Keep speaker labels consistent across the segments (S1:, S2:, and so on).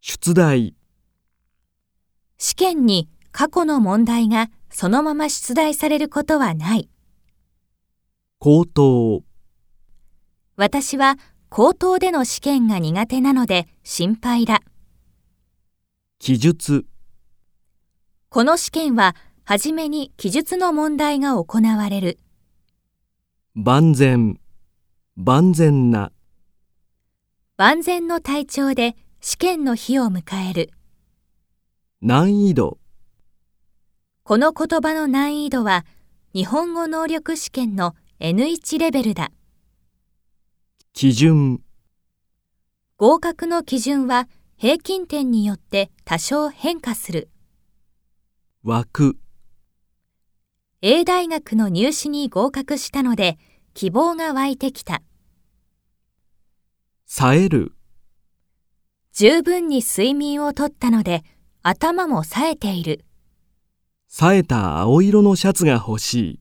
S1: 出題、
S2: 試験に過去の問題がそのまま出題されることはない。
S1: 口頭、
S2: 私は口頭での試験が苦手なので心配だ。
S1: 記述、
S2: この試験は初めに記述の問題が行われる。
S1: 万全、万全な、
S2: 万全の体調で試験の日を迎える。
S1: 難易度、
S2: この言葉の難易度は日本語能力試験の N1 レベルだ。
S1: 基準、
S2: 合格の基準は平均点によって多少変化する。
S1: 枠、
S2: A 大学の入試に合格したので希望が湧いてきた。
S1: 冴える、
S2: 十分に睡眠をとったので頭も冴えている。
S1: 冴えた青色のシャツが欲しい。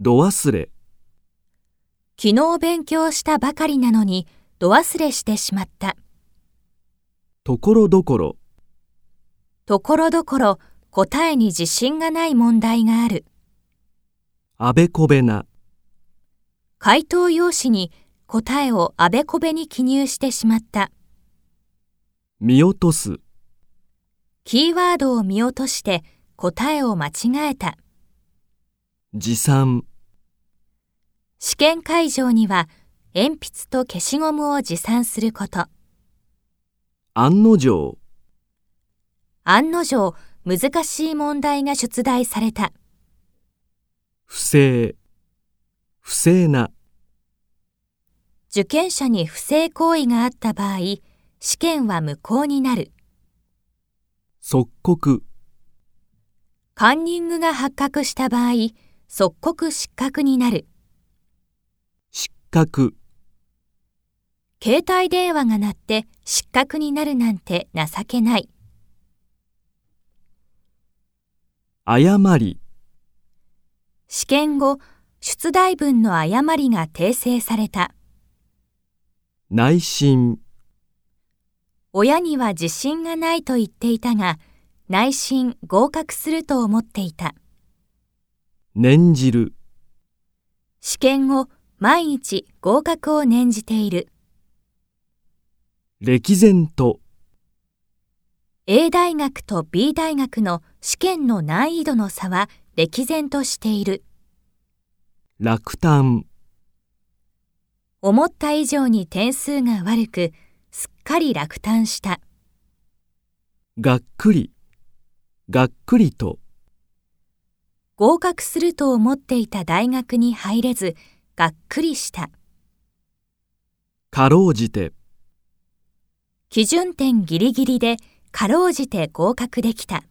S1: 度忘れ、
S2: 昨日勉強したばかりなのに度忘れしてしまった。
S1: ところどころ、
S2: ところどころ答えに自信がない問題がある。
S1: あべこべな、
S2: 回答用紙に答えをあべこべに記入してしまった。
S1: 見落とす、
S2: キーワードを見落として答えを間違えた。
S1: 持参、
S2: 試験会場には鉛筆と消しゴムを持参すること。
S1: 案の定、
S2: 案の定難しい問題が出題された。
S1: 不正、不正な、
S2: 受験者に不正行為があった場合、試験は無効になる。
S1: 即刻、
S2: カンニングが発覚した場合、即刻失格になる。
S1: 失格、
S2: 携帯電話が鳴って失格になるなんて情けない。
S1: 誤り、
S2: 試験後、出題文の誤りが訂正された。
S1: 内心、
S2: 親には自信がないと言っていたが、内心合格すると思っていた。
S1: 念じる、
S2: 試験後、毎日合格を念じている。
S1: 歴然と、
S2: A 大学と B 大学の試験の難易度の差は歴然としている。
S1: 落胆、
S2: 思った以上に点数が悪く、すっかり落胆した。
S1: がっくり、がっくりと、
S2: 合格すると思っていた大学に入れず、がっくりした。
S1: かろうじて、
S2: 基準点ギリギリで、かろうじて合格できた。